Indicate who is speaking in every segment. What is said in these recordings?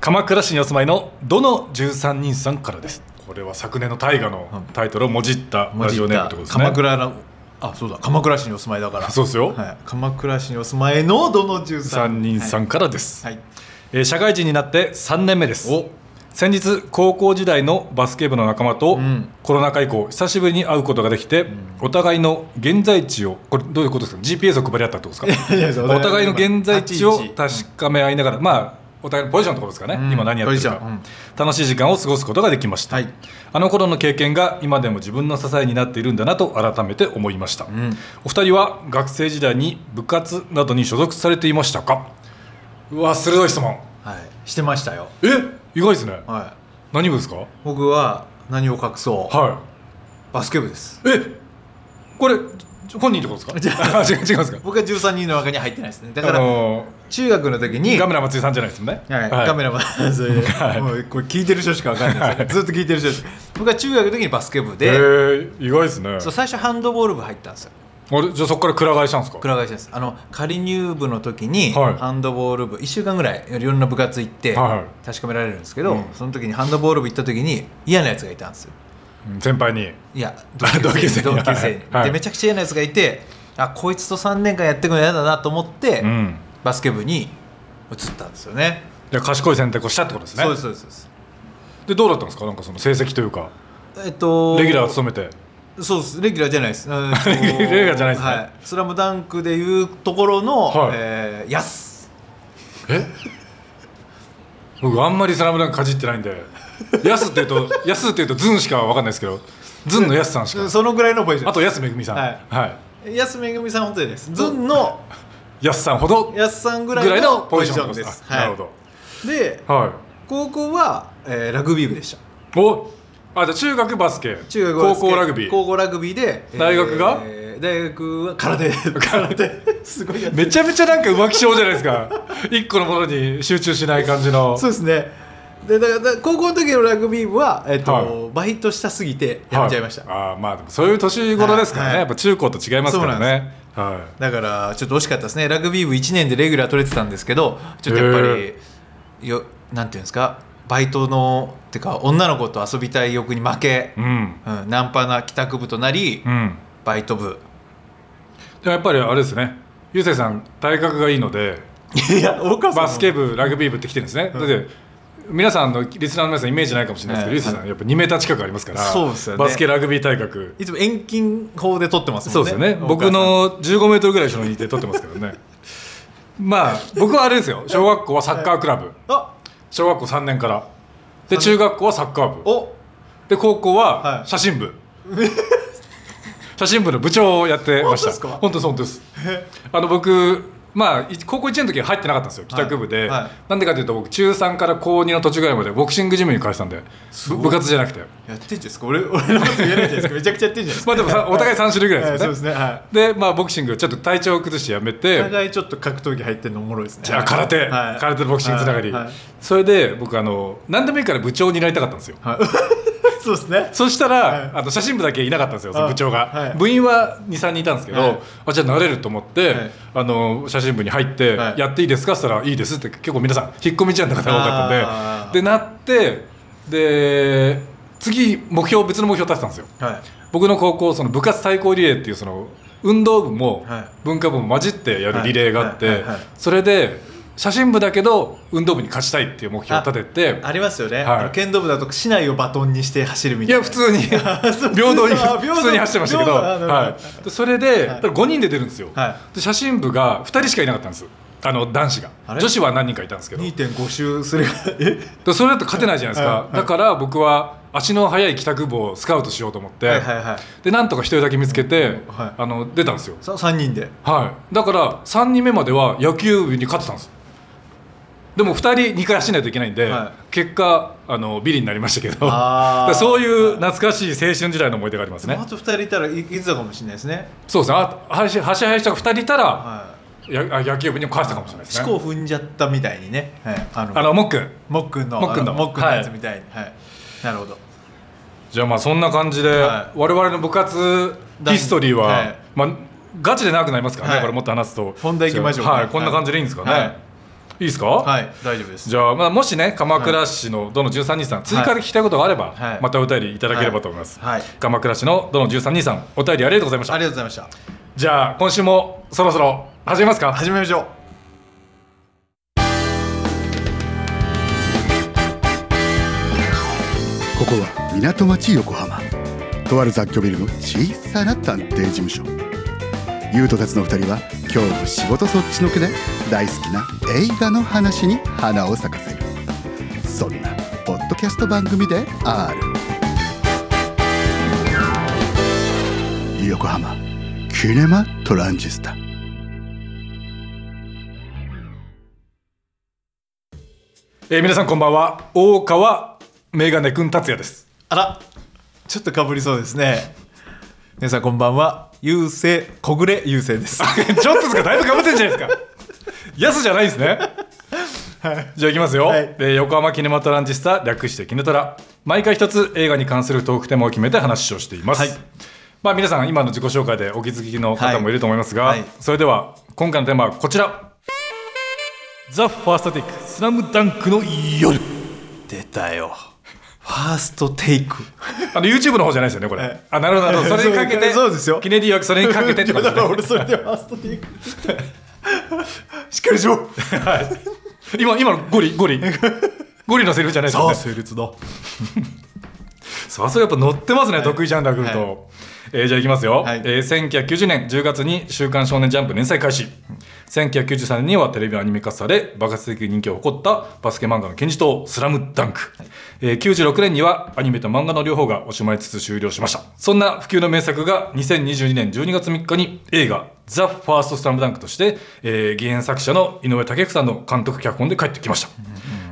Speaker 1: 鎌倉市にお住まいのどの13人さんからですこれは昨年の大河のタイトルをもじったラジオネームってことですね
Speaker 2: 鎌倉のあそうだ鎌倉市にお住まいだから
Speaker 1: そうですよ、
Speaker 2: はい、鎌倉市にお住まいのどの13
Speaker 1: 3人さんからです、
Speaker 2: はい、はい
Speaker 1: えー社会人になって3年目です
Speaker 2: お
Speaker 1: 先日高校時代のバスケ部の仲間と、
Speaker 2: ん
Speaker 1: コロナ禍以降久しぶりに会うことができて、お互いの現在地をこれどういうことですか GPS を配り合ったってこと ですか
Speaker 2: いやいや
Speaker 1: お互いの現在地を
Speaker 2: 立ち位置
Speaker 1: 確かめ合いながら、まあお互いのポジションのところですかね、
Speaker 2: うん
Speaker 1: 今何やってるか、
Speaker 2: ポジションうん
Speaker 1: 楽しい時間を過ごすことができました、
Speaker 2: はい
Speaker 1: あの頃の経験が今でも自分の支えになっているんだなと改めて思いました、
Speaker 2: ん
Speaker 1: お二人は学生時代に部活などに所属されていましたかうわ鋭い質問
Speaker 2: はい、してましたよ
Speaker 1: え意外ですね
Speaker 2: はい
Speaker 1: 何部ですか
Speaker 2: 僕は何を隠そう、
Speaker 1: は
Speaker 2: バスケ部です
Speaker 1: いえこれ本人ってことですか 違う違いますか
Speaker 2: 僕は13人の中に入ってないですねだか
Speaker 1: あ
Speaker 2: ら
Speaker 1: の
Speaker 2: 中学の時
Speaker 1: ー
Speaker 2: に
Speaker 1: ガメラ松井さんじゃないですよね
Speaker 2: はい、カメ
Speaker 1: ラ
Speaker 2: ラマンそれで、もうこれ聞いてる人しかわかんないです、ずっと聞いてる人です僕は中学の時にバスケ部
Speaker 1: え
Speaker 2: で、
Speaker 1: ー、意外ですね
Speaker 2: そう最初ハンドボール部入ったんですよ
Speaker 1: あれじゃあそこからくら替えしたんですか
Speaker 2: くら替えですあの仮入部の時に
Speaker 1: はい
Speaker 2: ハンドボール部、一1週間ぐらいいろんな部活行って
Speaker 1: はいはい
Speaker 2: 確かめられるんですけど、
Speaker 1: うん
Speaker 2: その時にハンドボール部行った時に嫌なやつがいたんですよ
Speaker 1: うん先輩に
Speaker 2: いや
Speaker 1: 同級生に
Speaker 2: 同級生に、
Speaker 1: はい
Speaker 2: でめちゃくちゃ嫌なやつがいてあこいつと3年間やってくの嫌だなと思って、
Speaker 1: うん
Speaker 2: バスケ部に移ったんですよね
Speaker 1: じゃあ賢い選択をしたってことですね
Speaker 2: そうですそうですそうです
Speaker 1: でどうだったんですかなんかその成績というか
Speaker 2: えっと
Speaker 1: レギュラーを務めて
Speaker 2: そうですレギュラーじゃないです。レギ
Speaker 1: レギュラーじゃないですね
Speaker 2: はい。スラムダンクでいうところの、
Speaker 1: はい
Speaker 2: えーヤス。
Speaker 1: え僕あんまりスラムダンクかじってないんでヤスっていう とヤスっていうとズンしかわかんないですけどズンのヤスさんしか
Speaker 2: そのぐらいのポジション。
Speaker 1: あとヤスめぐみさん
Speaker 2: は
Speaker 1: はいい、
Speaker 2: ヤスめぐみさん本当にです。ズンの
Speaker 1: ヤスさんほど
Speaker 2: ヤスさん
Speaker 1: ぐ
Speaker 2: ぐら
Speaker 1: ら
Speaker 2: い
Speaker 1: い
Speaker 2: の
Speaker 1: の
Speaker 2: ポ
Speaker 1: ポ
Speaker 2: ジ
Speaker 1: ジ
Speaker 2: シ
Speaker 1: シ
Speaker 2: ョ
Speaker 1: ョ
Speaker 2: ン
Speaker 1: ン
Speaker 2: で。
Speaker 1: ですす、
Speaker 2: はい
Speaker 1: なるほ
Speaker 2: で
Speaker 1: どは
Speaker 2: 高校は、えーラグビー部でした。
Speaker 1: いおあじゃあ中学バスケ
Speaker 2: 中学は
Speaker 1: 高校ラグビー
Speaker 2: 高校ラグビーで。えー
Speaker 1: 大学が
Speaker 2: 大学 は空手。空手。すごいやつ。
Speaker 1: めちゃめちゃなんか浮気症じゃないですか 一個のものに集中しない感じの
Speaker 2: そうですね。でだからだから高校の時のラグビー部はえっ、と、
Speaker 1: は
Speaker 2: バイトしたすぎてやめちゃいました。
Speaker 1: はあーまあでもそういう年頃ですからね、
Speaker 2: はい
Speaker 1: やっぱ中高と違いますから
Speaker 2: そうなん
Speaker 1: ねは
Speaker 2: だからちょっと惜しかったですねラグビー部1年でレギュラー取れてたんですけどちょっとやっぱ
Speaker 1: へ
Speaker 2: りよなんていうんですかバイトのてか女の子と遊びたい欲に負け
Speaker 1: い、うん
Speaker 2: うん、ナンパな帰宅部となり、
Speaker 1: うん
Speaker 2: バイト部
Speaker 1: でもやっぱりあれですねゆうせいさん体格がいいので
Speaker 2: いや大川
Speaker 1: バスケ部ラグビー部って来てるんですね、だって皆さんのリスナーの皆さんイメージないかもしれないですけど、
Speaker 2: は
Speaker 1: ゆうせいさんやっぱ2メーター近くありますから
Speaker 2: そうですよね
Speaker 1: バスケラグビー体格
Speaker 2: いつも遠近法で取ってます
Speaker 1: そ
Speaker 2: も
Speaker 1: うん
Speaker 2: ね
Speaker 1: ですよね
Speaker 2: 大川
Speaker 1: 僕
Speaker 2: さん
Speaker 1: の1 5メートルぐらい後ろにいて撮ってますけどね まあ僕はあれですよ小学校はサッカークラブ
Speaker 2: あ
Speaker 1: 小学校3年からで中学校はサッカー部
Speaker 2: お
Speaker 1: で高校
Speaker 2: は
Speaker 1: はい写真部、 写真部の部長をやってました
Speaker 2: 本当ですか
Speaker 1: 本当です本当ですあの僕まあい高校1年の時は入ってなかったんですよ帰宅部で、
Speaker 2: はいはい
Speaker 1: なんでかというと僕中3から高2の途中ぐらいまでボクシングジムに通ってたんでぶ部活じゃなくて
Speaker 2: やってんじゃないですか俺俺のこと言えないじゃない ですかめちゃくちゃやってんじゃないですか
Speaker 1: まあでもさお互い3種類ぐらい
Speaker 2: は
Speaker 1: で
Speaker 2: い
Speaker 1: す
Speaker 2: そう
Speaker 1: よ
Speaker 2: で
Speaker 1: ね
Speaker 2: すねは
Speaker 1: でまあボクシングちょっと体調を崩してやめ
Speaker 2: い
Speaker 1: て
Speaker 2: お互いちょっと格闘技入ってんのおもろいですね
Speaker 1: じゃあ空手、
Speaker 2: はい
Speaker 1: 空手とボクシングつながり、
Speaker 2: はいはい
Speaker 1: それで僕あの何でもいいから部長になりたかったんですよ
Speaker 2: はいそうですね
Speaker 1: そしたら、
Speaker 2: はい
Speaker 1: あの写真部だけいなかったんですよその部長が、
Speaker 2: あはい
Speaker 1: 部員は23人いたんですけど、
Speaker 2: はい
Speaker 1: あじゃあなれると思って、
Speaker 2: い
Speaker 1: あの写真部に入って、
Speaker 2: はい
Speaker 1: やっていいですかって言ったら「いいです」って結構皆さん引っ込みちゃんの方が多かった
Speaker 2: あー
Speaker 1: んででなってで次目標別の目標立てたんですよ
Speaker 2: はい
Speaker 1: 僕の高校その部活対抗リレーっていうその運動部も
Speaker 2: はい
Speaker 1: 文化部も混じってやるリレーがあっ
Speaker 2: はいはい
Speaker 1: て
Speaker 2: はいはい
Speaker 1: それで写真部だけど運動部に勝ちたいっていう目標を立てて
Speaker 2: ありますよね、
Speaker 1: はい
Speaker 2: あの剣道部だと市内をバトンにして走るみ
Speaker 1: い
Speaker 2: たいな
Speaker 1: や普通に
Speaker 2: そう
Speaker 1: 平等に
Speaker 2: あ平等
Speaker 1: 普通に走ってましたけど、
Speaker 2: 平等あなるほど
Speaker 1: はい、でそれで
Speaker 2: はい
Speaker 1: 5人で出るんですよ
Speaker 2: は
Speaker 1: で写真部が2人しかいなかったんですあの男子が
Speaker 2: あれ
Speaker 1: 女子は何人かいたんですけど
Speaker 2: 2.5周するえ
Speaker 1: でそれだと勝てないじゃないです
Speaker 2: はいは
Speaker 1: か
Speaker 2: い
Speaker 1: だから僕は足の速い帰宅部をスカウトしようと思って、
Speaker 2: はいはいはい
Speaker 1: でなんとか1人だけ見つけて、
Speaker 2: はい
Speaker 1: あの出たんですよ
Speaker 2: さ3人で
Speaker 1: はい、だから3人目までは野球部に勝ってたんですでも2人2回走らないといけないんで、
Speaker 2: は
Speaker 1: 結果あのビリになりましたけど
Speaker 2: あ ー
Speaker 1: だからそういう懐かしい青春時代の思い出がありますね
Speaker 2: あと2人いたらいいつだかもしれないですね、
Speaker 1: そうですねあ橋橋林人が2人いたら、
Speaker 2: は
Speaker 1: やあ野球部にも勝ってたかもしれない
Speaker 2: い、
Speaker 1: です
Speaker 2: 四
Speaker 1: ね
Speaker 2: 股踏んじゃったみたいにね、はい、あの
Speaker 1: あのもっくん
Speaker 2: もっくんの
Speaker 1: もっくんの
Speaker 2: あもっくんのやつ
Speaker 1: はい
Speaker 2: みたいに、はいなるほど
Speaker 1: じゃあまあそんな感じで、
Speaker 2: はい
Speaker 1: 我々の部活ヒストリーは、
Speaker 2: はい
Speaker 1: まあガチで長くなりますからね、
Speaker 2: はい
Speaker 1: これもっと話すと
Speaker 2: 本題行きましょうか
Speaker 1: はいこんな感じでいいんですかね、
Speaker 2: はい
Speaker 1: い、いですか、
Speaker 2: はい大丈夫です
Speaker 1: じゃあ、まあ、もしね鎌倉市のどの13人さん追加で聞きたいことがあれば、
Speaker 2: はい
Speaker 1: またお便りいただければと思います、
Speaker 2: はいはい
Speaker 1: 鎌倉市のどの13人さんお便りありがとうございまし
Speaker 2: あ
Speaker 1: た
Speaker 2: りがとうございました
Speaker 1: じゃあ今週もそろそろ始めますか
Speaker 2: 始めましょう
Speaker 3: ここは港町横浜とある雑居ビルの小さな探偵事務所優斗たちの二人は今日も仕事そっちのけで大好きな映画の話に花を咲かせるそんなポッドキャスト番組である横浜キネマトランジスタ
Speaker 1: えー皆さんこんばんは大川メガネくん達也です
Speaker 2: あらちょっとかぶりそうですね皆さんこんばんは優勢小暮優勢です
Speaker 1: ちょっとですかだいぶかぶってんじゃないですか安じゃないですねじゃあいきますよ、
Speaker 2: はい
Speaker 1: えー横浜キネマトランジスタ略してキネトラ毎回一つ映画に関するトークテーマを決めて話をしています、
Speaker 2: はい
Speaker 1: まあ皆さん今の自己紹介でお気づきの方もいると思いますが、
Speaker 2: はいはい
Speaker 1: それでは今回のテーマはこちら「ザ・ファーストテイクスラムダンクの夜
Speaker 2: 出たよファーストテイク」
Speaker 1: あの YouTube の方じゃないですよねこれ、
Speaker 2: はい
Speaker 1: あなるほどなるほどそれにかけて
Speaker 2: そうですよ
Speaker 1: キネディはそれにかけてってことですね
Speaker 2: 俺それでファーストテイクしっかりしろ
Speaker 1: 今今のゴリゴリゴリのセリフじゃないですよね
Speaker 2: 成立だ
Speaker 1: さすがやっぱ乗ってますね、
Speaker 2: い
Speaker 1: 得意ジャンルが来ると、
Speaker 2: はい
Speaker 1: えーじゃあいきますよ、
Speaker 2: はい
Speaker 1: えー1990年10月に「週刊少年ジャンプ」連載開始、1993年にはテレビアニメ化され爆発的人気を誇ったバスケ漫画の金字塔「スラムダンク、えー96年にはアニメと漫画の両方が惜しまれつつ終了しましたそんな不及の名作が2022年12月3日に映画「ザ・ファーストスラムダンクとして、えー、原作者の井上武彦さんの監督脚本で帰ってきました、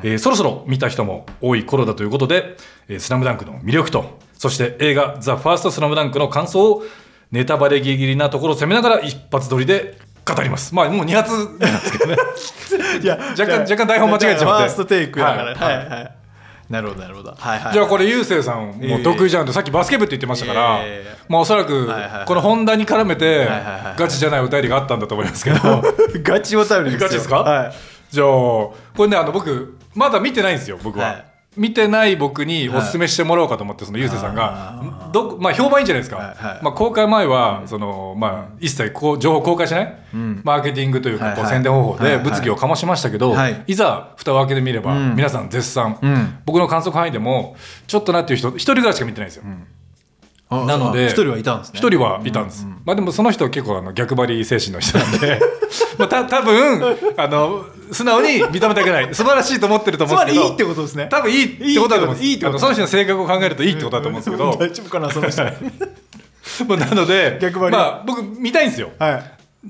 Speaker 1: えーそろそろ見た人も多い頃だということで「えースラムダンクの魅力とそして映画「ザ・ファーストスラムダンクの感想をネタバレギリギリなところを攻めながら一発撮りで語りますまあもう2発 なんですけどね
Speaker 2: いや
Speaker 1: 若干若干台本間違えちゃって
Speaker 2: ファーストテイクだから
Speaker 1: は
Speaker 2: はいいはい、なるほどなるほどはいはい
Speaker 1: じゃあこれゆうせいさんもう得意じゃんとさっきバスケ部って言ってましたから、
Speaker 2: いやいやいや
Speaker 1: まあおそらく
Speaker 2: はいはいはい
Speaker 1: この本題に絡めて
Speaker 2: はいはい
Speaker 1: ガチじゃないお便りがあったんだと思いますけど
Speaker 2: ガチお便りです
Speaker 1: ガ
Speaker 2: よ
Speaker 1: チですか、
Speaker 2: はい
Speaker 1: じゃあこれねあの僕まだ見てないんですよ僕は、
Speaker 2: はい
Speaker 1: 見てない僕にお勧めしてもらおうかと思ってそのゆうせいさんがどこまあ評判いいんじゃないですか、
Speaker 2: はいはい
Speaker 1: まあ、公開前はその、まあ、一切こう情報公開しない、マーケティングというかこう
Speaker 2: はいはい
Speaker 1: 宣伝方法
Speaker 2: はい
Speaker 1: で
Speaker 2: はい
Speaker 1: 物議を醸しましたけど、
Speaker 2: はいい、
Speaker 1: ざ蓋を開けてみれば
Speaker 2: うん
Speaker 1: 皆さん絶賛、
Speaker 2: うん
Speaker 1: 僕の観測範囲でもちょっとなっていう人一人ぐらいしか見てないんですよ、
Speaker 2: あ
Speaker 1: なので
Speaker 2: あ一人はいたんですね
Speaker 1: 一人はいたんです、まあでもその人は結構あの逆張り精神の人なんでまあた多分あの素直に認めたくない素晴らしいと思ってると
Speaker 2: つ
Speaker 1: 思うんで
Speaker 2: ま
Speaker 1: す
Speaker 2: りい
Speaker 1: けど
Speaker 2: いってことですね
Speaker 1: 多分いいってことだと思うんです
Speaker 2: いいってこ
Speaker 1: あ
Speaker 2: と
Speaker 1: のその人の性格を考えるといいってことだと思うんですけど、
Speaker 2: 大丈夫かなその人はい
Speaker 1: まあなので
Speaker 2: 逆張り
Speaker 1: まあ僕見たいんですよ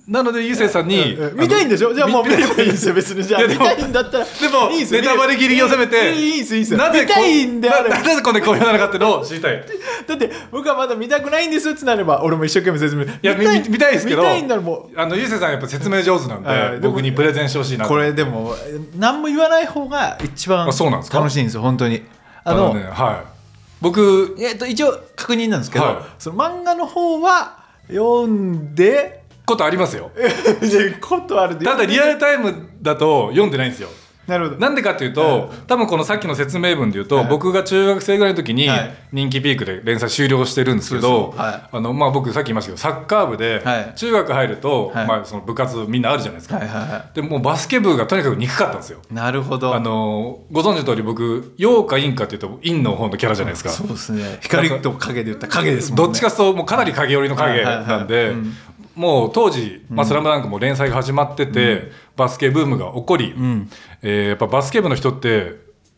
Speaker 1: なのでゆうせいさんに
Speaker 2: うん見たいんでしょじゃあもう見ればいいんですよ別にじゃあ
Speaker 1: いや
Speaker 2: 見
Speaker 1: でも
Speaker 2: たいんだったら
Speaker 1: でも
Speaker 2: いいんですよ
Speaker 1: ネタバレギリギリを攻めて
Speaker 2: いいいいいいですいいです
Speaker 1: なぜこ
Speaker 2: 見たいんであれば
Speaker 1: ななぜこんなに好評なのかっていうのを知りたい
Speaker 2: だって僕はまだ見たくないんですってなれば俺も一生懸命説明い
Speaker 1: いや見見見たいですけど
Speaker 2: 見たいんならもう
Speaker 1: あのゆうせいさんやっぱ説明上手なんで、
Speaker 2: はいでも
Speaker 1: 僕にプレゼンしてほしいなと
Speaker 2: これでも何も言わない方が一番
Speaker 1: あ
Speaker 2: 楽し
Speaker 1: そ
Speaker 2: い
Speaker 1: うなんですか
Speaker 2: んですよ本当にあ
Speaker 1: あ
Speaker 2: の
Speaker 1: のねはい僕
Speaker 2: えっと一応確認なんですけど、
Speaker 1: は
Speaker 2: その漫画の方は読ん で
Speaker 1: ことありますよ
Speaker 2: でことあるで
Speaker 1: ただリアルタイムだと読んでないんですよ
Speaker 2: なるほど
Speaker 1: なんでかっていうと多分このさっきの説明文で言うと、
Speaker 2: はい
Speaker 1: 僕が中学生ぐらいの時に
Speaker 2: はい
Speaker 1: 人気ピークで連載終了してるんですけど、
Speaker 2: そうそうはい
Speaker 1: あのまあ、僕さっき言いましたけどサッカー部で
Speaker 2: はい
Speaker 1: 中学入ると、
Speaker 2: はい
Speaker 1: まあ、その部活みんなあるじゃないですか、
Speaker 2: はいはいは
Speaker 1: でもうバスケ部がとにかく憎かったんですよ
Speaker 2: いなるほど
Speaker 1: あのご存知の通り僕陽か陰かっていうと陰の方のキャラじゃないですか
Speaker 2: そうですね光と影で言ったら影ですもんね
Speaker 1: どっちかそうもうかなり影寄りの影なん
Speaker 2: はいは
Speaker 1: で
Speaker 2: いはいうん
Speaker 1: もう当時「まあスラムダンクも連載が始まってて、バスケブームが起こり、
Speaker 2: ん
Speaker 1: えーやっぱバスケ部の人って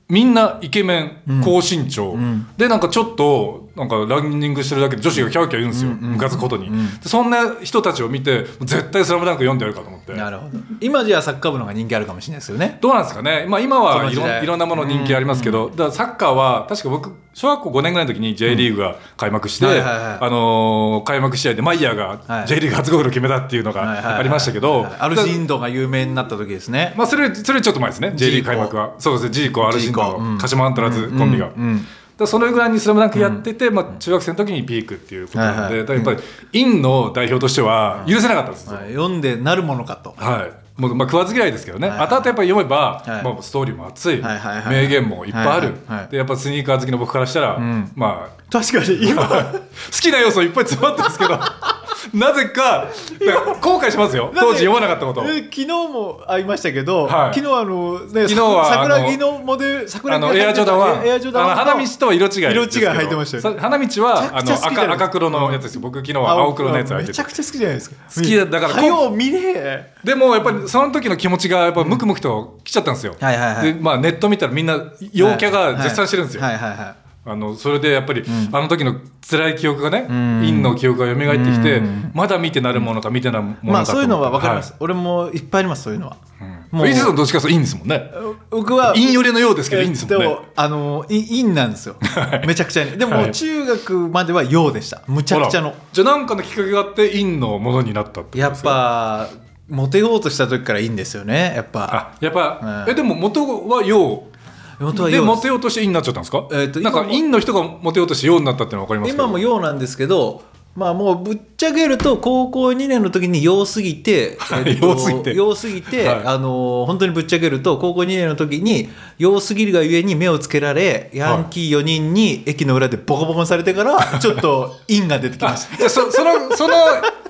Speaker 1: みんなイケメン、高身長、
Speaker 2: ん
Speaker 1: でなんかちょっとなんかランニングしてるだけで女子がキャーキャー言うんですよ、ムカつくことに、でそんな人たちを見て絶対「スラムダンク読んでやるかと思って
Speaker 2: なるほど今じゃあサッカー部の方が人気あるかもしれないですよね
Speaker 1: どうなんですかね、まあ、今
Speaker 2: こ
Speaker 1: は
Speaker 2: の
Speaker 1: い
Speaker 2: 時
Speaker 1: ろん
Speaker 2: 代
Speaker 1: いろんなもの人気ありますけど、だからサッカーは確か僕小学校5年ぐらいの時に J リーグが開幕して、
Speaker 2: はいはいはい
Speaker 1: あのー開幕試合でマイヤー
Speaker 2: は
Speaker 1: が
Speaker 2: い
Speaker 1: J リーグ初ゴールを決めたっていうの
Speaker 2: はいはいはい
Speaker 1: がありましたけど、
Speaker 2: はいアルジンドが有名になった時ですね
Speaker 1: まあ、それそれちょっと前ですね J リーグ開幕はそうですねジーコアルシン
Speaker 2: ジー
Speaker 1: と
Speaker 2: コうん
Speaker 1: 鹿島アントラーズコンビが。
Speaker 2: うんうん
Speaker 1: だからそのぐらいにスラムダンクやってて、まあ、中学生の時にピークっていうことなんで、
Speaker 2: はいはい
Speaker 1: だからやっぱり、インの代表としては許せなかったんですよ、
Speaker 2: はい読んでなるものかと
Speaker 1: はい、もうまあ食わず嫌いですけどね、
Speaker 2: はいはい
Speaker 1: 後々やっぱり読めば、
Speaker 2: はい
Speaker 1: まあ、ストーリーも熱い,、
Speaker 2: はいはいはい
Speaker 1: 名言もいっぱいある、
Speaker 2: はいはいはい
Speaker 1: でやっぱスニーカー好きの僕からしたら、
Speaker 2: ん
Speaker 1: まあ
Speaker 2: 確かに今
Speaker 1: 好きな要素いっぱい詰まってますけど なぜか後悔しますよ当時読まなかったこと
Speaker 2: え昨日も会いましたけど、
Speaker 1: はい
Speaker 2: 昨日あの、
Speaker 1: 昨
Speaker 2: ね、
Speaker 1: 日は
Speaker 2: 桜木のモデル桜
Speaker 1: あ
Speaker 2: 木が
Speaker 1: のエアジョーダンは
Speaker 2: エアジョーダン
Speaker 1: あの花道とは色違いですけど
Speaker 2: 色違い履いてましたよね
Speaker 1: さ花道はあ
Speaker 2: めちゃくち
Speaker 1: の赤
Speaker 2: ゃ好きじゃないですか
Speaker 1: 赤黒のやつですよ僕昨日は青黒のやつ履い
Speaker 2: め
Speaker 1: て
Speaker 2: ちゃ
Speaker 1: て
Speaker 2: くちゃ好きじゃないですか
Speaker 1: 好きだだから
Speaker 2: 早う見ねえ
Speaker 1: でもやっぱりその時の気持ちがやっぱムクムクと来ちゃったんですよ、
Speaker 2: はいはいはい
Speaker 1: でまあ、ネット見たらみんな陽キャが絶賛してるんですよ、
Speaker 2: はいはいはい
Speaker 1: あのそれでやっぱり、あの時の辛い記憶がね
Speaker 2: ん
Speaker 1: 陰の記憶が蘇ってきて、
Speaker 2: うん
Speaker 1: まだ見てなるものか見てないものかと思って
Speaker 2: まあそういうのは分かります、、俺もいっぱいありますそういうのは、
Speaker 1: はい、伊勢さんどっちかというといいんですもんね
Speaker 2: 僕は
Speaker 1: 陰寄りのようですけどいいんですもんね、
Speaker 2: えっとあのい陰なんですよめちゃくちゃにでも、
Speaker 1: はい
Speaker 2: 中学までは陽でしたむちゃくちゃの
Speaker 1: あらじゃあなんかのきっかけがあって陰のものになったってことです
Speaker 2: や
Speaker 1: か
Speaker 2: っぱモテようとした時からいいんですよねやっぱ
Speaker 1: あやっぱ、
Speaker 2: うん
Speaker 1: えでも元は陽
Speaker 2: 元は
Speaker 1: で
Speaker 2: 陽
Speaker 1: モ
Speaker 2: です
Speaker 1: テようとして陰になっちゃったんですか、
Speaker 2: えーと
Speaker 1: なんか
Speaker 2: 今も
Speaker 1: 陰の人がモテようとして陽になったっていうのは分かりますけど
Speaker 2: 今も陽なんですけどまあもうぶっちゃけると高校2年の時に陽すぎ て、
Speaker 1: はい
Speaker 2: っと
Speaker 1: 陽すぎて
Speaker 2: 陽すぎて、
Speaker 1: はい
Speaker 2: あのー本当にぶっちゃけると高校2年の時に陽すぎるがゆえに目をつけられヤンキー4人に駅の裏でボコボコにされてからちょっと陰が出てきました
Speaker 1: いやそ そのその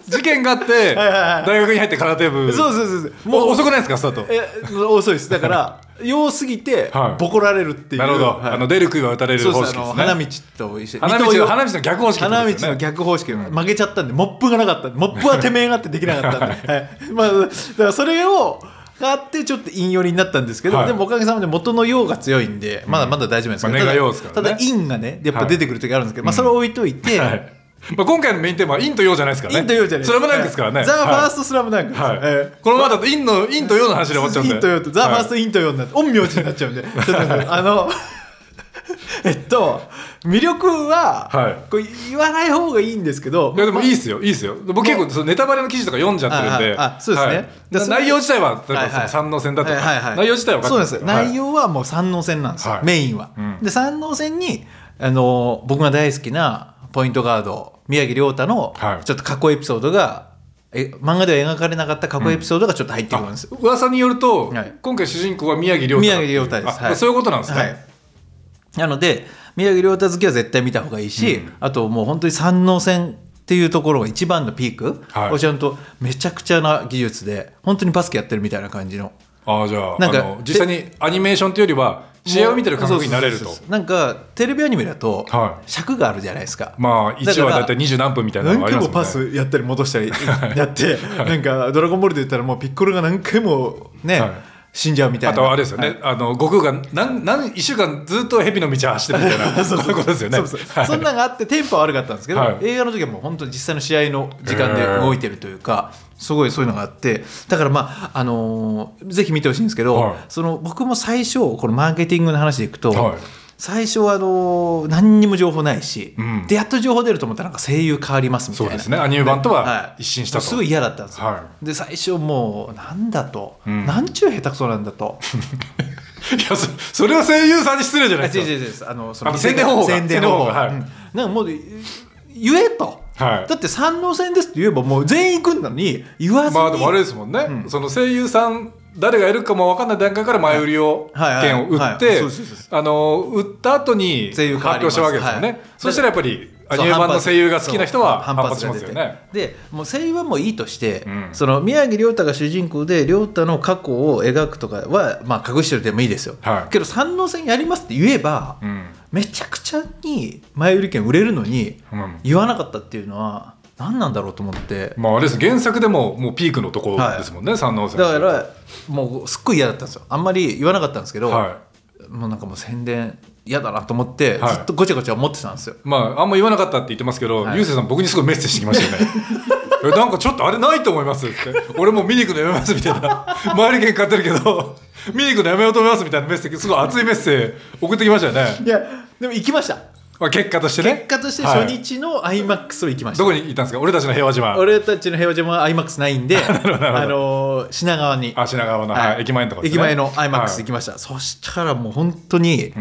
Speaker 1: 事件があって
Speaker 2: はいはいはい
Speaker 1: 大学に入って空手 部
Speaker 2: そうそうそうそう。
Speaker 1: もう遅
Speaker 2: く
Speaker 1: くないですかスタート
Speaker 2: え遅いです。だから弱すぎて
Speaker 1: はい
Speaker 2: ボコられるっていう。
Speaker 1: なるほど、
Speaker 2: はい
Speaker 1: あの出る杭は打たれ
Speaker 2: そ
Speaker 1: る
Speaker 2: う
Speaker 1: 方
Speaker 2: です
Speaker 1: 式
Speaker 2: あ
Speaker 1: で
Speaker 2: の
Speaker 1: す
Speaker 2: 花
Speaker 1: ね
Speaker 2: 道と一緒に
Speaker 1: 花
Speaker 2: 水戸
Speaker 1: 道
Speaker 2: 陽
Speaker 1: 花道の逆方式ってこと
Speaker 2: 花
Speaker 1: で
Speaker 2: 道
Speaker 1: すよね
Speaker 2: の逆方式、負けちゃったんでモップがなかったんでモップはてめえがあってできなかったんで、はい、まあだからそれを買ってちょっと陰寄りになったんですけど、
Speaker 1: はい
Speaker 2: でもおかげさまで元の陽が強いんでまだまだ大丈夫なんですけど、
Speaker 1: まあ根が陽です
Speaker 2: た
Speaker 1: からね
Speaker 2: だただ陰がねやっぱ出てくる時あるんですけど、まあそれを置いといて、
Speaker 1: はいまあ、今回のメインテーマは陰と陽じゃないですからね
Speaker 2: 陰と陽じゃない
Speaker 1: スラムダンクですからね、
Speaker 2: はいザ・ファース
Speaker 1: ト
Speaker 2: トスラムダンクです、
Speaker 1: はい、
Speaker 2: えー
Speaker 1: このままだと陰の陰と陽の話で終わっちゃうんで
Speaker 2: インとヨとザ・ファースト
Speaker 1: はい
Speaker 2: インとヨになって陰陽師になっちゃうんでちょっと待ってあの えっと魅力は、
Speaker 1: はい
Speaker 2: これ言わない方がいいんですけど
Speaker 1: いやでもいいですよ、いいですよ。僕結構そのネタバレの記事とか読んじゃってるんで、
Speaker 2: あああそうですね
Speaker 1: はい
Speaker 2: でそれ
Speaker 1: 内容自体は例え
Speaker 2: はい
Speaker 1: ば
Speaker 2: は
Speaker 1: その
Speaker 2: い
Speaker 1: 三能線だとか、
Speaker 2: はいはいはい
Speaker 1: 内容自体は分
Speaker 2: そう
Speaker 1: かっ
Speaker 2: で
Speaker 1: て
Speaker 2: す、
Speaker 1: るんですよ
Speaker 2: 内容はもう三能線なんですよ、
Speaker 1: はい
Speaker 2: メインは、
Speaker 1: うん
Speaker 2: で三能線にあの僕が大好きなポイントガード宮城亮太の
Speaker 1: はい
Speaker 2: ちょっと過去エピソードが、え漫画では描かれなかった過去エピソードがちょっと入ってくるんですよ、
Speaker 1: 噂によると、
Speaker 2: はい
Speaker 1: 今回主人公は宮城亮太
Speaker 2: 宮城亮太です、
Speaker 1: あそういうことなんですね、
Speaker 2: はいなので宮城亮太好きは絶対見た方がいいし、あともう本当に山王戦っていうところが一番のピーク、
Speaker 1: はい
Speaker 2: おちゃんとめちゃくちゃな技術で本当にバスケやってるみたいな感じの
Speaker 1: ああじゃあ
Speaker 2: なんか
Speaker 1: あの実際にアニメーションというよりは試合を見てる感覚になれると
Speaker 2: そうそうそうそうなんかテレビアニメだと
Speaker 1: はい
Speaker 2: 尺があるじゃないですか、
Speaker 1: まあ
Speaker 2: だか
Speaker 1: 1
Speaker 2: ら
Speaker 1: 話だいたい20何分みたいなの
Speaker 2: 何
Speaker 1: があり
Speaker 2: 回
Speaker 1: ます
Speaker 2: も
Speaker 1: もんね
Speaker 2: パスやったり戻したりやって、なんか「ドラゴンボール」で言ったらもうピッコロが何回もね、
Speaker 1: はい
Speaker 2: 死んじゃうみたい
Speaker 1: あ
Speaker 2: な
Speaker 1: とはあれですよね、あの悟空が何何1週間ずっと蛇の道を走ってるみたいなそういうことですよね
Speaker 2: そうそう
Speaker 1: はい
Speaker 2: そんなのがあってテンポは悪かったんですけど、
Speaker 1: はい
Speaker 2: 映画の時はもう本当に実際の試合の時間で動いてるというか、すごいそういうのがあってだからまあ、あのーぜひ見てほしいんですけど、
Speaker 1: はい
Speaker 2: その僕も最初このマーケティングの話でいくと、
Speaker 1: はい
Speaker 2: 最初はあのー何にも情報ないし、
Speaker 1: うん
Speaker 2: でやっと情報出ると思ったらなんか声優変わりますみた
Speaker 1: そ
Speaker 2: い
Speaker 1: う
Speaker 2: な
Speaker 1: ですねアニメ版とは
Speaker 2: はい
Speaker 1: 一新したと、
Speaker 2: すごい嫌だったんですよ、
Speaker 1: は
Speaker 2: で最初もうなんだと、
Speaker 1: うん
Speaker 2: なんちゅう下手くそなんだと
Speaker 1: いやそそれは声優さんに失礼じゃ
Speaker 2: あ
Speaker 1: ない
Speaker 2: 違
Speaker 1: ですか
Speaker 2: う違う違うですあのそ
Speaker 1: あの宣伝方法が
Speaker 2: 宣伝方
Speaker 1: 宣伝方
Speaker 2: 法
Speaker 1: 法がはい
Speaker 2: うんなんかもうい言えと、
Speaker 1: はい
Speaker 2: だって山王戦ですって言えばもう全員行くんだのに言わずに、
Speaker 1: まあでもあれですもんね、
Speaker 2: うん
Speaker 1: その声優さん誰がいるかも分かんない段階から前売りを
Speaker 2: はいはい
Speaker 1: 券を売っ
Speaker 2: はいはい
Speaker 1: て
Speaker 2: そうそうそうそ
Speaker 1: あの売った後に
Speaker 2: 声優
Speaker 1: 発
Speaker 2: 変わ
Speaker 1: 表
Speaker 2: りま
Speaker 1: し
Speaker 2: す
Speaker 1: たわけですよね、
Speaker 2: はい
Speaker 1: そしたらやっぱりアニ
Speaker 2: そう
Speaker 1: メ版
Speaker 2: 反
Speaker 1: の
Speaker 2: 発
Speaker 1: 声優が好きな人は
Speaker 2: そう
Speaker 1: 反発しますよ
Speaker 2: が出
Speaker 1: ね。
Speaker 2: てでもう声優はもういいとして、
Speaker 1: うん
Speaker 2: その宮城亮太が主人公で亮太の過去を描くとかは、まあ、隠してるでもいいですよ、
Speaker 1: はい
Speaker 2: けど山王戦やりますって言えば、
Speaker 1: うん
Speaker 2: めちゃくちゃに前売り券売れるのに
Speaker 1: うん
Speaker 2: 言わなかったっていうのは何なんだろうと思って
Speaker 1: まああれです原作でももうピークのところですもんね、三能線
Speaker 2: だからもうすっごい嫌だったんですよあんまり言わなかったんですけど、
Speaker 1: は
Speaker 2: もうなんかもう宣伝嫌だなと思って
Speaker 1: はい
Speaker 2: ずっとごちゃごちゃ思ってたんですよ、
Speaker 1: まああんま言わなかったって言ってますけど、
Speaker 2: はい
Speaker 1: ゆうせいさん僕にすごいメッセージしてきましたよね えなんかちょっとあれないと思いますって俺もう見に行くのやめますみたいな 周り券買ってるけど見に行くのやめようと思いますみたいなメッセージすごい熱いメッセージ送ってきましたよね
Speaker 2: い、やでも行きました
Speaker 1: まあ、結果としてね
Speaker 2: 結果として
Speaker 1: はい
Speaker 2: 初日の IMAX を行きました、
Speaker 1: どこに行ったんですか俺たちの平和島
Speaker 2: 俺たちの平和島は IMAX ないんで あのー品川に
Speaker 1: あ品川の、はい
Speaker 2: はい
Speaker 1: 駅前のとこです、
Speaker 2: 駅
Speaker 1: ね、
Speaker 2: 前の IMAX
Speaker 1: はい
Speaker 2: 行きました、そしたらもう本当に、
Speaker 1: ん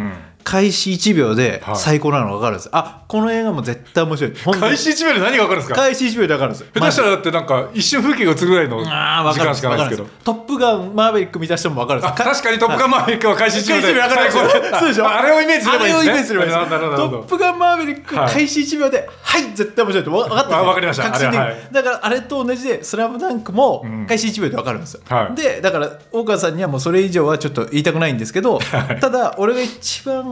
Speaker 2: 開始1秒で
Speaker 1: はい
Speaker 2: 最高なの分かるんです、あこの映画も絶対面白い本当に
Speaker 1: 開始1秒で何が分かるんですか
Speaker 2: 開始1秒で分かるんです
Speaker 1: 下手したらだってなんか一瞬風景が映るぐらいの時
Speaker 2: ああ、分かる
Speaker 1: 間しかないですけど
Speaker 2: わかるトップガンマーヴェリック見た人も分かるんです
Speaker 1: あ確かに「トップガンマーヴェリック」は開始1秒で
Speaker 2: 開始
Speaker 1: 最高
Speaker 2: 1秒で分かるん ですよそうでしょ
Speaker 1: ああれをイメージすればいいですね
Speaker 2: あれをイメージすればいいです
Speaker 1: なるほどなるほど
Speaker 2: トップガンマーヴェリック
Speaker 1: はい
Speaker 2: 開始1秒ではい、絶対面白いって分かって
Speaker 1: あわかりました
Speaker 2: 確信的に
Speaker 1: あれははい
Speaker 2: だからあれと同じで「スラムダンクも
Speaker 1: ん
Speaker 2: 開始1秒で分かるんですよ、
Speaker 1: はい
Speaker 2: でだから大川さんにはもうそれ以上はちょっと言いたくないんですけど、ただ俺が一番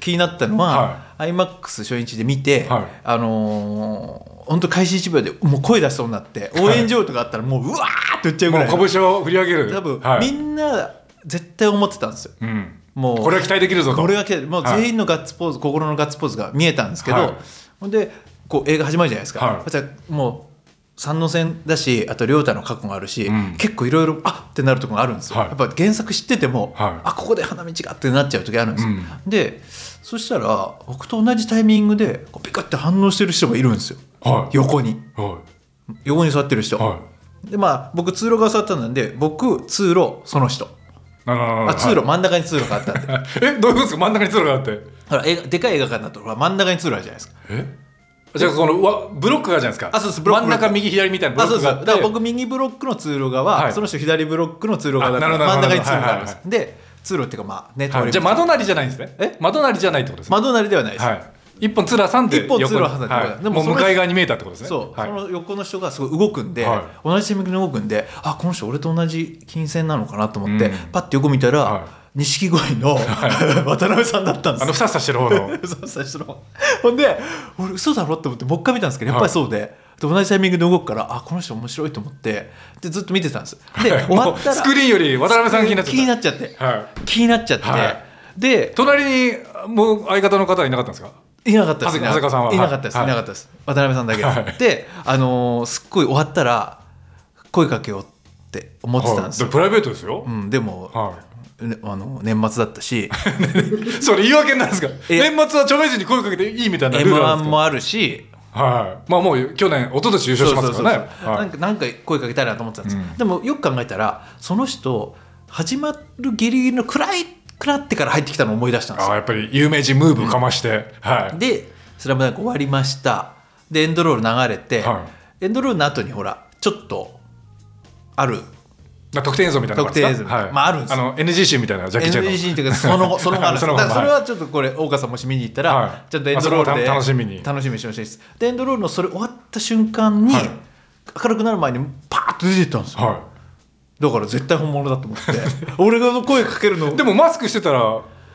Speaker 2: 気になったのは、IMAX 初日で見て、
Speaker 1: はい
Speaker 2: あのー本当開始1秒でもう声出しそうになって応援上映とかあったらもううわーって言っちゃうぐらいの
Speaker 1: もう拳を振り上げる
Speaker 2: 多分、
Speaker 1: はい
Speaker 2: みんな絶対思ってたんですよ。
Speaker 1: うん
Speaker 2: もう
Speaker 1: これは期待できるぞと
Speaker 2: これは期待もう
Speaker 1: はい
Speaker 2: 全員のガッツポーズ、心のガッツポーズが見えたんですけど、
Speaker 1: はい
Speaker 2: ほんでこう映画始まるじゃないですか、
Speaker 1: はい
Speaker 2: そしたらもう三能線だしあと亮太の過去があるし、
Speaker 1: ん
Speaker 2: 結構いろいろあってなるところがあるんですよ、
Speaker 1: はい
Speaker 2: やっぱ原作知ってても、
Speaker 1: はい
Speaker 2: あここで花道がってなっちゃう時あるんですよ、でそしたら僕と同じタイミングでこうピカって反応してる人がいるんですよ、
Speaker 1: はい
Speaker 2: 横に
Speaker 1: は
Speaker 2: 横に座ってる人、
Speaker 1: いはい
Speaker 2: でまあ僕通路側座ったんで僕通路その人
Speaker 1: なるほどなるほど
Speaker 2: あ通路、真ん中に通路があったんで
Speaker 1: はい えどういうことですか真ん中に通路があって
Speaker 2: ほら映画でかい映画館だとほら真ん中に通路あるじゃないですか
Speaker 1: えじゃあこのわブロックがあるじゃないですか
Speaker 2: あそうですブロック
Speaker 1: 真ん中右左みたいなブ
Speaker 2: あ
Speaker 1: ロ
Speaker 2: そ
Speaker 1: ッ
Speaker 2: う
Speaker 1: クが
Speaker 2: です
Speaker 1: あ
Speaker 2: だ
Speaker 1: って
Speaker 2: から僕右ブロックの通路側、
Speaker 1: はい
Speaker 2: その人左ブロックの通路側だか
Speaker 1: あ
Speaker 2: ら
Speaker 1: なる
Speaker 2: 真
Speaker 1: ほ
Speaker 2: ん
Speaker 1: ど
Speaker 2: 中に通路があるんです、
Speaker 1: は
Speaker 2: で通路っていうかまあね通り
Speaker 1: はい
Speaker 2: 道
Speaker 1: じゃあ窓なりじゃないんですね
Speaker 2: え
Speaker 1: 窓なりじゃないってことですね
Speaker 2: 窓なりではないです、
Speaker 1: はい一本通路挟んで
Speaker 2: 一本通路
Speaker 1: 横に
Speaker 2: 挟んで
Speaker 1: はい
Speaker 2: でも
Speaker 1: もう
Speaker 2: それ
Speaker 1: 向かい側に見えたってことですね
Speaker 2: そう、
Speaker 1: はい
Speaker 2: その横の人がすごい動くんで、
Speaker 1: はい
Speaker 2: 同じタイミングで動くんであこの人俺と同じ金銭なのかなと思って、
Speaker 1: うん
Speaker 2: パッて横見たら、
Speaker 1: はい
Speaker 2: 錦鯉の、 渡辺さんだったんです
Speaker 1: あのふさふさしてる方の
Speaker 2: そう最初のほんで俺嘘だろって思ってもう一回見たんですけどやっぱりそうで,、で同じタイミングで動くからあこの人面白いと思ってでずっと見てたんですで終わ
Speaker 1: も
Speaker 2: っ
Speaker 1: う
Speaker 2: たら
Speaker 1: スクリーンより渡辺さんが気になっちゃった
Speaker 2: 気になっちゃって、
Speaker 1: はい
Speaker 2: 気になっちゃって、
Speaker 1: はい
Speaker 2: で
Speaker 1: 隣にもう相方の方はいなかったんですか
Speaker 2: いなかったですね
Speaker 1: 長谷川さんはい
Speaker 2: なかったです、
Speaker 1: はい
Speaker 2: い、なかったです渡辺さんだけ、
Speaker 1: はい
Speaker 2: であのーすっごい終わったら声かけようって思ってたんですよ、
Speaker 1: はいプライベートですよ、
Speaker 2: うん、でも、
Speaker 1: は
Speaker 2: ねあの年末だったし
Speaker 1: い、それ言い訳になるんですか
Speaker 2: え
Speaker 1: 年末は著名人に声かけていいみたいな ル
Speaker 2: m
Speaker 1: ールなんで
Speaker 2: 1
Speaker 1: すか
Speaker 2: もあるし
Speaker 1: はいまあもう去年一昨年優勝しますからね
Speaker 2: そうそうそうそう
Speaker 1: は
Speaker 2: ないんかなんか声かけたいなと思ってたんです、
Speaker 1: うん
Speaker 2: でもよく考えたらその人始まるギリギリの暗い暗ってから入ってきたのを思い出したんで
Speaker 1: あ
Speaker 2: す
Speaker 1: あ
Speaker 2: よ
Speaker 1: やっぱり有名人ムーブかまして、はい
Speaker 2: で「スラムダンク終わりましたでエンドロール流れて、
Speaker 1: は
Speaker 2: エンドロールの後にほらちょっとある
Speaker 1: な特典映像みたいなのがですか
Speaker 2: 特典映像まああるんですよ
Speaker 1: の NG 集みたいなジャッキー・チェンの
Speaker 2: NGC というかそ の後その後あるんです
Speaker 1: その
Speaker 2: だ
Speaker 1: 後
Speaker 2: からそれ
Speaker 1: は
Speaker 2: はちょっとこれ大川さんもし見に行ったら、
Speaker 1: はい
Speaker 2: ちょっとエンドロール
Speaker 1: まあそれ
Speaker 2: で
Speaker 1: は楽しみに
Speaker 2: 楽しみにしてほしいですでエンドロールのそれ終わった瞬間に、
Speaker 1: はい
Speaker 2: 明るくなる前にパーッと出てったんですよ、
Speaker 1: は
Speaker 2: だから絶対本物だと思って俺が声かけるの
Speaker 1: い、でもマスクしてたらあ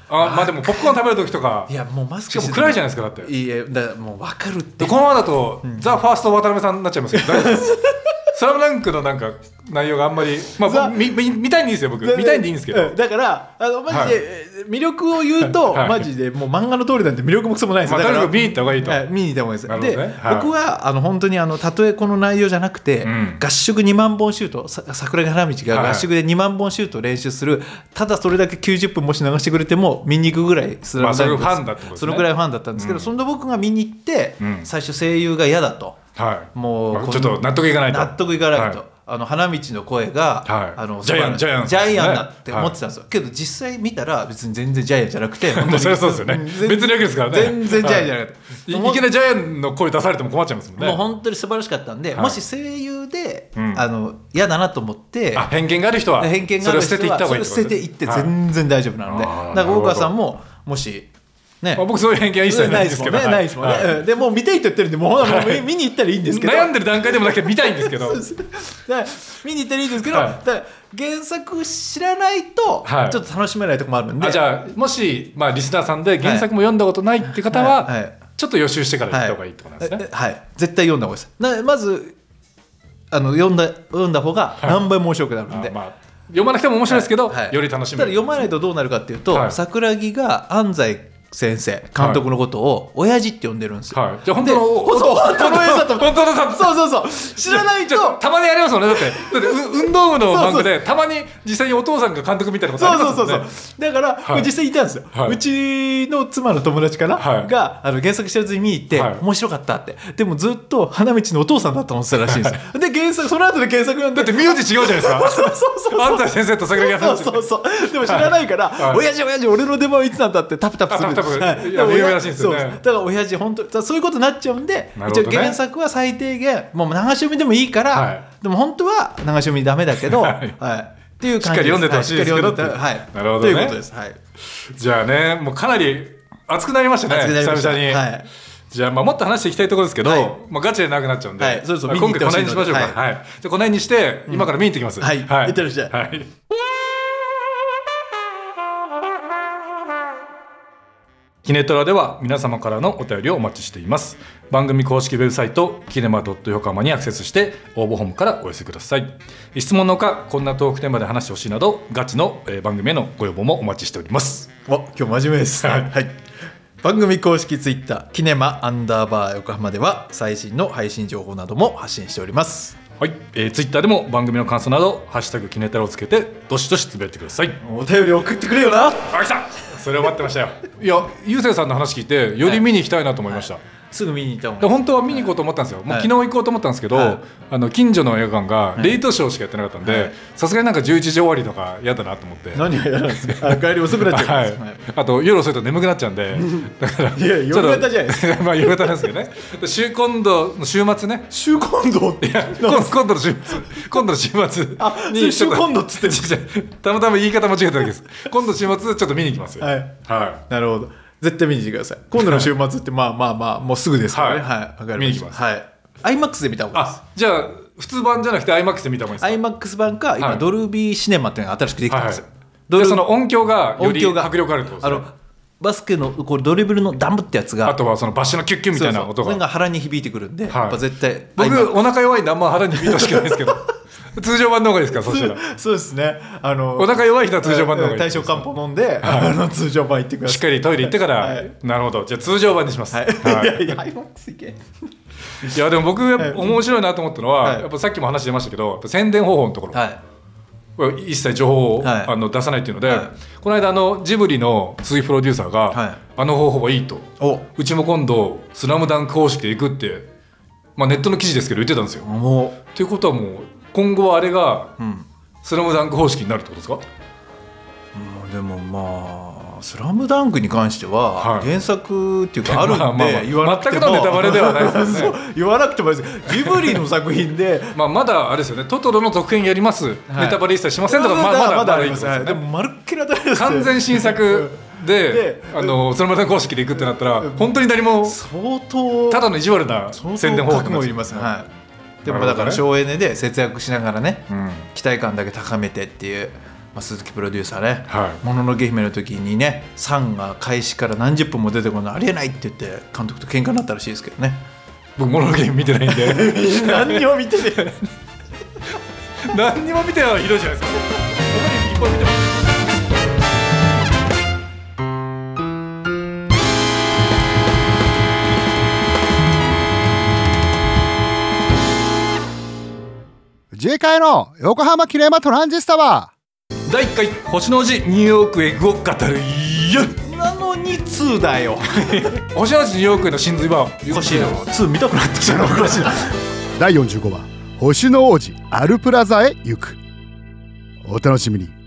Speaker 1: まあでもポップコーン食べる時とか
Speaker 2: いやもうマスク
Speaker 1: しかも暗いじゃ
Speaker 2: ん
Speaker 1: ないですかだって
Speaker 2: いいえだからもう分かるって
Speaker 1: でこのままだと、ザ・ファースト渡辺さんになっちゃいますけど大丈夫です 「スラムダンクのなんか内容があんまりま
Speaker 2: ザ
Speaker 1: あみみ見たいんでいいですよ僕見たいんでいいんですけど、
Speaker 2: うだからあのマジで、えー魅力を言うと、
Speaker 1: はい
Speaker 2: マジでもう漫画の通りなんて魅力もくそもないです
Speaker 1: ま
Speaker 2: よ
Speaker 1: あ、
Speaker 2: だ
Speaker 1: とにか
Speaker 2: から
Speaker 1: く見に行った方がいいと、
Speaker 2: はい見に行った方がいいです、
Speaker 1: なるほ
Speaker 2: で、
Speaker 1: どねはい
Speaker 2: 僕はあの本当にあのたとえこの内容じゃなくて、
Speaker 1: ん
Speaker 2: 合宿2万本シュートさ桜木花道
Speaker 1: は
Speaker 2: が
Speaker 1: い
Speaker 2: 合宿で2万本シュートを練習する、ただそれだけ90分もし流してくれても見に行くぐらいスラムダンクです
Speaker 1: まあそれがファンだってことですね
Speaker 2: そのぐらいファンだったんですけど、そんな僕が見に行って、
Speaker 1: うん
Speaker 2: 最初声優が嫌だと
Speaker 1: はい
Speaker 2: もう
Speaker 1: まあちょっと納得いかないと
Speaker 2: 納得いかないと、
Speaker 1: は
Speaker 2: あの花道の声が、
Speaker 1: はい
Speaker 2: あの
Speaker 1: ジャイアン
Speaker 2: そばの
Speaker 1: ジ
Speaker 2: ジ
Speaker 1: ャ
Speaker 2: ャ
Speaker 1: イ
Speaker 2: イ
Speaker 1: ア
Speaker 2: ア
Speaker 1: ン
Speaker 2: ン
Speaker 1: なんで
Speaker 2: だ
Speaker 1: すね
Speaker 2: って思ってたんですよ、けど実際見たら別に全然ジャイアンじゃな くて本当
Speaker 1: まあ
Speaker 2: に
Speaker 1: そりゃそうですよね
Speaker 2: 全
Speaker 1: 別にわけですからね
Speaker 2: 全然ジャイアンじゃなかった、
Speaker 1: いいきなりジャイアンの声出されても困っちゃいますもんね
Speaker 2: もう本当に素晴らしかったんで、
Speaker 1: はい
Speaker 2: もし声優で、
Speaker 1: うん
Speaker 2: あの嫌だなと思って
Speaker 1: あ偏見がある人は
Speaker 2: 偏見があ
Speaker 1: それ
Speaker 2: る人
Speaker 1: を捨てていっ
Speaker 2: は
Speaker 1: た方
Speaker 2: そ
Speaker 1: がい
Speaker 2: れ
Speaker 1: い
Speaker 2: を捨てていって全然大丈夫なので、
Speaker 1: あー
Speaker 2: だから大
Speaker 1: なるほど
Speaker 2: 川さんももしね
Speaker 1: まあ、僕そういう偏見は一切ないんですけど
Speaker 2: ねないですもんね、
Speaker 1: はい
Speaker 2: うんでもう見たいと言ってるんでもうほらもう見見に行ったらいいんですけど
Speaker 1: 悩んでる段階でもなきゃ見たいんですけ ど
Speaker 2: だから見に行ったらいいんですけど、
Speaker 1: はい
Speaker 2: だから原作知らないと
Speaker 1: はい
Speaker 2: ちょっと楽しめないとこもあるんで、
Speaker 1: あじゃあもし、まあ、リスナーさんで原作も読んだことないって方は、
Speaker 2: はいはい
Speaker 1: ちょっと予習してから行
Speaker 2: は
Speaker 1: っ
Speaker 2: い
Speaker 1: た方がいいってことなんですね、
Speaker 2: えはい絶対読んだ方がいいですなまずあの読んだ読んだ方が何倍も面白くなるんで、
Speaker 1: あまあ、読まなくても面白いですけど、
Speaker 2: はい
Speaker 1: より楽しめ
Speaker 2: ただ
Speaker 1: る
Speaker 2: 読まないとどうなるかっていうと、
Speaker 1: はい
Speaker 2: 桜木が安西先生監督のことを親父って呼んでるんですよ、
Speaker 1: はいじゃあ本当の
Speaker 2: で本当本当の親父だと
Speaker 1: 本当のさ
Speaker 2: そうそうそう知らない
Speaker 1: ち
Speaker 2: と
Speaker 1: ょっとたまにありますもんねだってだってう運動部の番組でたまに実際にお父さんが監督みたいなことあ
Speaker 2: そう
Speaker 1: りま
Speaker 2: そう
Speaker 1: すもん
Speaker 2: そう
Speaker 1: ね
Speaker 2: そう、だから、
Speaker 1: はい
Speaker 2: 実際いたんですよ、
Speaker 1: はいう
Speaker 2: ちの妻の友達かな、
Speaker 1: はい
Speaker 2: があの原作知らずに見に行って、
Speaker 1: はい
Speaker 2: 面白かったってでもずっと花道のお父さんだと思ってたらしいんですよで原作その後で原作読ん
Speaker 1: だっ
Speaker 2: で
Speaker 1: て名字違うじゃないですか
Speaker 2: そうそうそうそう
Speaker 1: 安西先生と桜木
Speaker 2: そ
Speaker 1: 花
Speaker 2: う
Speaker 1: 道
Speaker 2: そうそうでも知らないから、
Speaker 1: はい
Speaker 2: 親父親父俺の出番はいつなんだってタプタプする
Speaker 1: あタプタプ
Speaker 2: はい
Speaker 1: いや
Speaker 2: でも
Speaker 1: 有名らしいですよね
Speaker 2: そうだから親父本当だからそういうことになっちゃうんで、
Speaker 1: なるほ
Speaker 2: 一
Speaker 1: ど
Speaker 2: 応
Speaker 1: ね
Speaker 2: 原作は最低限もう流し読みでもいいから、
Speaker 1: はい
Speaker 2: でも本当は流し読みダメだけ ど、
Speaker 1: は
Speaker 2: はいいっていう
Speaker 1: しっ
Speaker 2: 感じ
Speaker 1: かり読んでてほしいですけど
Speaker 2: はいしっかり読んでてはい、
Speaker 1: なるほどね
Speaker 2: ということですはい
Speaker 1: じゃあねもうかなり熱くなりましたね
Speaker 2: 熱くなりました
Speaker 1: 久々に、
Speaker 2: はい
Speaker 1: じゃあまあもっと話していきたいところですけど、
Speaker 2: はい
Speaker 1: まあ、ガチでなくなっちゃうんで、
Speaker 2: はいそうそう
Speaker 1: まあ
Speaker 2: 見
Speaker 1: 今
Speaker 2: に行
Speaker 1: 回
Speaker 2: って
Speaker 1: この
Speaker 2: ほ
Speaker 1: 辺
Speaker 2: し
Speaker 1: に
Speaker 2: い
Speaker 1: しまし
Speaker 2: の
Speaker 1: ょうか、はいじゃあこの辺にして、今から見に行ってきます
Speaker 2: はい
Speaker 1: はい
Speaker 2: 行ってらっしゃい
Speaker 1: はいキネトラでは皆様からのお便りをお待ちしています番組公式ウェブサイトキネマドット横浜にアクセスして応募ホームからお寄せください質問のほかこんなトークテーマで話してほしいなどガチのえー番組へのご要望もお待ちしております
Speaker 2: お今日真面目です、
Speaker 1: は
Speaker 2: はいい番組公式ツイッターキネマアンダーバー横浜では最新の配信情報なども発信しております
Speaker 1: はい、えー、ツイッターでも番組の感想など「ハッシュタグキネタラ」をつけてどしどしつぶやいてください
Speaker 2: お便り送ってくれよな
Speaker 1: あきたそれを待ってましたよ いやゆうせいさんの話聞いてより見に行きたいなと思いました、
Speaker 2: すぐ見に行ったもん
Speaker 1: で本当は見に行こうと思ったんですよ、もう
Speaker 2: はい
Speaker 1: 昨日行こうと思ったんですけど、
Speaker 2: はい
Speaker 1: あの近所の映画館がレイトショーしかやってなかったん
Speaker 2: は
Speaker 1: で
Speaker 2: い
Speaker 1: さすがになんか11時終わりとか嫌だなと思って、
Speaker 2: 何が嫌なんですかあ帰り遅くなっちゃ
Speaker 1: は
Speaker 2: う
Speaker 1: い
Speaker 2: から、はい、
Speaker 1: あと夜遅いと眠くなっちゃうん でだから
Speaker 2: いや
Speaker 1: ちょっと
Speaker 2: 夜型じゃないです
Speaker 1: まあ夜型なんですけどねで週今度の週末ね
Speaker 2: 週今度って
Speaker 1: いや今 度今度の週末今度の週末
Speaker 2: あ
Speaker 1: に
Speaker 2: 週今度っつってん
Speaker 1: ちょっとたまたま言い方間違えただけです今度週末ちょっと見に行きますよ
Speaker 2: はい
Speaker 1: は
Speaker 2: なるほど絶対見に行ってください今度の週末ってまあまあまあもうすぐですからね
Speaker 1: はい
Speaker 2: はい、わかりま
Speaker 1: 見に
Speaker 2: し
Speaker 1: 行き
Speaker 2: た
Speaker 1: ます
Speaker 2: はい IMAX で見た方がいいです
Speaker 1: あじゃあ普通版じゃなくて IMAX で見た方がいいですか
Speaker 2: IMAX 版か今、
Speaker 1: はい
Speaker 2: ドルビーシネマっていうのが新しくできたんですよ、
Speaker 1: はいはい
Speaker 2: ドル
Speaker 1: でその音響がより迫力あるってこと
Speaker 2: あ
Speaker 1: です
Speaker 2: の
Speaker 1: ね
Speaker 2: バスケのこれドリブルのダンブってやつ
Speaker 1: あ
Speaker 2: が
Speaker 1: とはそのバッシュのキュッキュみたいな
Speaker 2: そう
Speaker 1: 音
Speaker 2: そうそれ
Speaker 1: が
Speaker 2: が腹に響いてくるんで、
Speaker 1: はい
Speaker 2: やっぱ絶対
Speaker 1: 僕お腹弱いんであんま腹に響いてほしくないです けど通常版の方がいいです かそしたら
Speaker 2: そうですねあの
Speaker 1: お腹弱い人は通常版の方がいい
Speaker 2: 対症漢方飲んで、あの通常版行ってください
Speaker 1: しっかりトイレ行ってから、
Speaker 2: はい
Speaker 1: なるほどじゃあ通常版にします、
Speaker 2: はい、
Speaker 1: はい
Speaker 2: い、やいや IMAX 行け
Speaker 1: いやでも僕やっぱ面白いなと思ったのは、
Speaker 2: はい
Speaker 1: やっぱさっきも話出ましたけどやっぱ宣伝方法のところ、
Speaker 2: はい
Speaker 1: 一切情報を、
Speaker 2: はい
Speaker 1: あの出さないっていうので、
Speaker 2: はい
Speaker 1: この間あのジブリの鈴木プロデューサーが、
Speaker 2: はい
Speaker 1: あの方法はいいと
Speaker 2: お
Speaker 1: うちも今度「スラムダンク方式で行くって、まあ、ネットの記事ですけど言ってたんですよ。
Speaker 2: もう
Speaker 1: ということはもう今後はあれが「スラムダンク方式になるってことですか
Speaker 2: まあでもまあ「スラムダンクに関しては
Speaker 1: はい
Speaker 2: 原作っていうかあるん
Speaker 1: まあまあまあ
Speaker 2: で言わなくても
Speaker 1: 全くのネタバレではないですね
Speaker 2: そう言わなくてもいい ですジブリの作品で
Speaker 1: まあ、まだあれですよね「トトロの続編やります、
Speaker 2: はい
Speaker 1: ネタバレ一切しません」とかまあまだ
Speaker 2: まだあります
Speaker 1: まだいい
Speaker 2: はい
Speaker 1: と思うんです
Speaker 2: で
Speaker 1: よね
Speaker 2: もまるっきり当たりですよ
Speaker 1: 完全新作で
Speaker 2: で
Speaker 1: あのスラムダンク方式で行くってなったら本当に何も
Speaker 2: 相当
Speaker 1: ただの意地悪な
Speaker 2: 相当
Speaker 1: 宣伝方法
Speaker 2: 覚悟いりますねはいでもまあだから
Speaker 1: なるほ
Speaker 2: 省エネで節約しながらね
Speaker 1: うん
Speaker 2: 期待感だけ高めてっていう、まあ、鈴木プロデューサーね
Speaker 1: はい
Speaker 2: もののけ姫」の時にねサンが開始から何十分も出てこないありえないって言って監督と喧嘩になったらしいですけどね
Speaker 1: 僕モノロゲーム見てないん で
Speaker 2: 何にも見てね
Speaker 1: 何にも見てないのはひどいじゃないですか他にいっぱい見てます
Speaker 3: 次回の横浜キネマトランジスタは
Speaker 1: 第1回星の王子ニューヨークへ語語るよ
Speaker 2: なのに2だ よ
Speaker 1: 星の王子ニューヨークへの真髄は
Speaker 2: おかしいな2見たくなってきたなおかしいな
Speaker 3: 第45話「星の王子アルプラザへ行く」お楽しみに